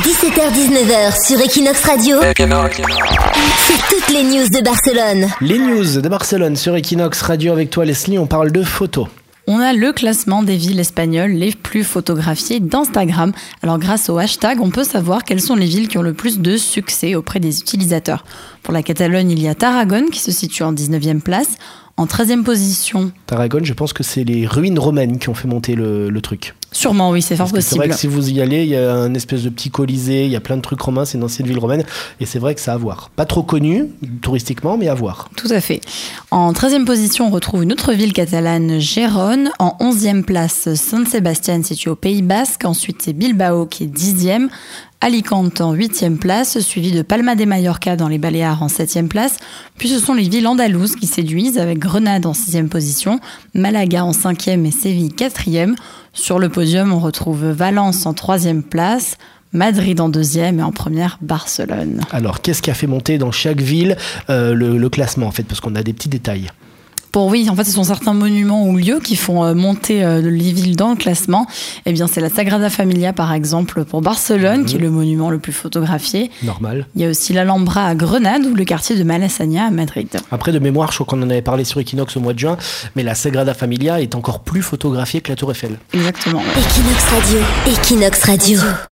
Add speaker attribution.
Speaker 1: 17h-19h sur Equinox Radio, c'est toutes les news de Barcelone.
Speaker 2: Les news de Barcelone sur Equinox Radio avec toi Leslie, on parle de photos.
Speaker 3: On a le classement des villes espagnoles les plus photographiées d'Instagram. Alors grâce au hashtag, on peut savoir quelles sont les villes qui ont le plus de succès auprès des utilisateurs. Pour la Catalogne, il y a Tarragone qui se situe en 19e place. En 13e position,
Speaker 2: Tarragone, je pense que c'est les ruines romaines qui ont fait monter le, le truc.
Speaker 3: sûrement oui, c'est fort
Speaker 2: Parce que c'est
Speaker 3: possible.
Speaker 2: vrai que si vous y allez, il y a un espèce de petit colisée, il y a plein de trucs romains, c'est une ancienne ville romaine, et c'est vrai que c'est à voir. Pas trop connu touristiquement, mais à voir.
Speaker 3: Tout à fait. En 13e position, on retrouve une autre ville catalane, Gérone. En 11e place, San Sebastian, situé au Pays Basque. Ensuite, c'est Bilbao qui est 10e. Alicante en 8e place, suivi de Palma de Mallorca dans les Baléares en 7e place. Puis ce sont les villes andalouses qui séduisent avec Grenade en 6e position, Malaga en 5e et Séville 4e. Sur le podium, on retrouve Valence en 3e place, Madrid en 2e et en première Barcelone.
Speaker 2: Alors, qu'est-ce qui a fait monter dans chaque ville euh, le, le classement, en fait, parce qu'on a des petits détails.
Speaker 3: Pour oui, en fait, ce sont certains monuments ou lieux qui font euh, monter euh, les villes dans le classement. Eh bien, c'est la Sagrada Familia, par exemple, pour Barcelone, qui est le monument le plus photographié.
Speaker 2: Normal.
Speaker 3: Il y a aussi l'Alhambra à Grenade ou le quartier de Malasaña à Madrid.
Speaker 2: Après, de mémoire, je crois qu'on en avait parlé sur Equinox au mois de juin, mais la Sagrada Familia est encore plus photographiée que la Tour Eiffel.
Speaker 3: Exactement. ouais.
Speaker 1: Equinox Radio, Equinox Radio.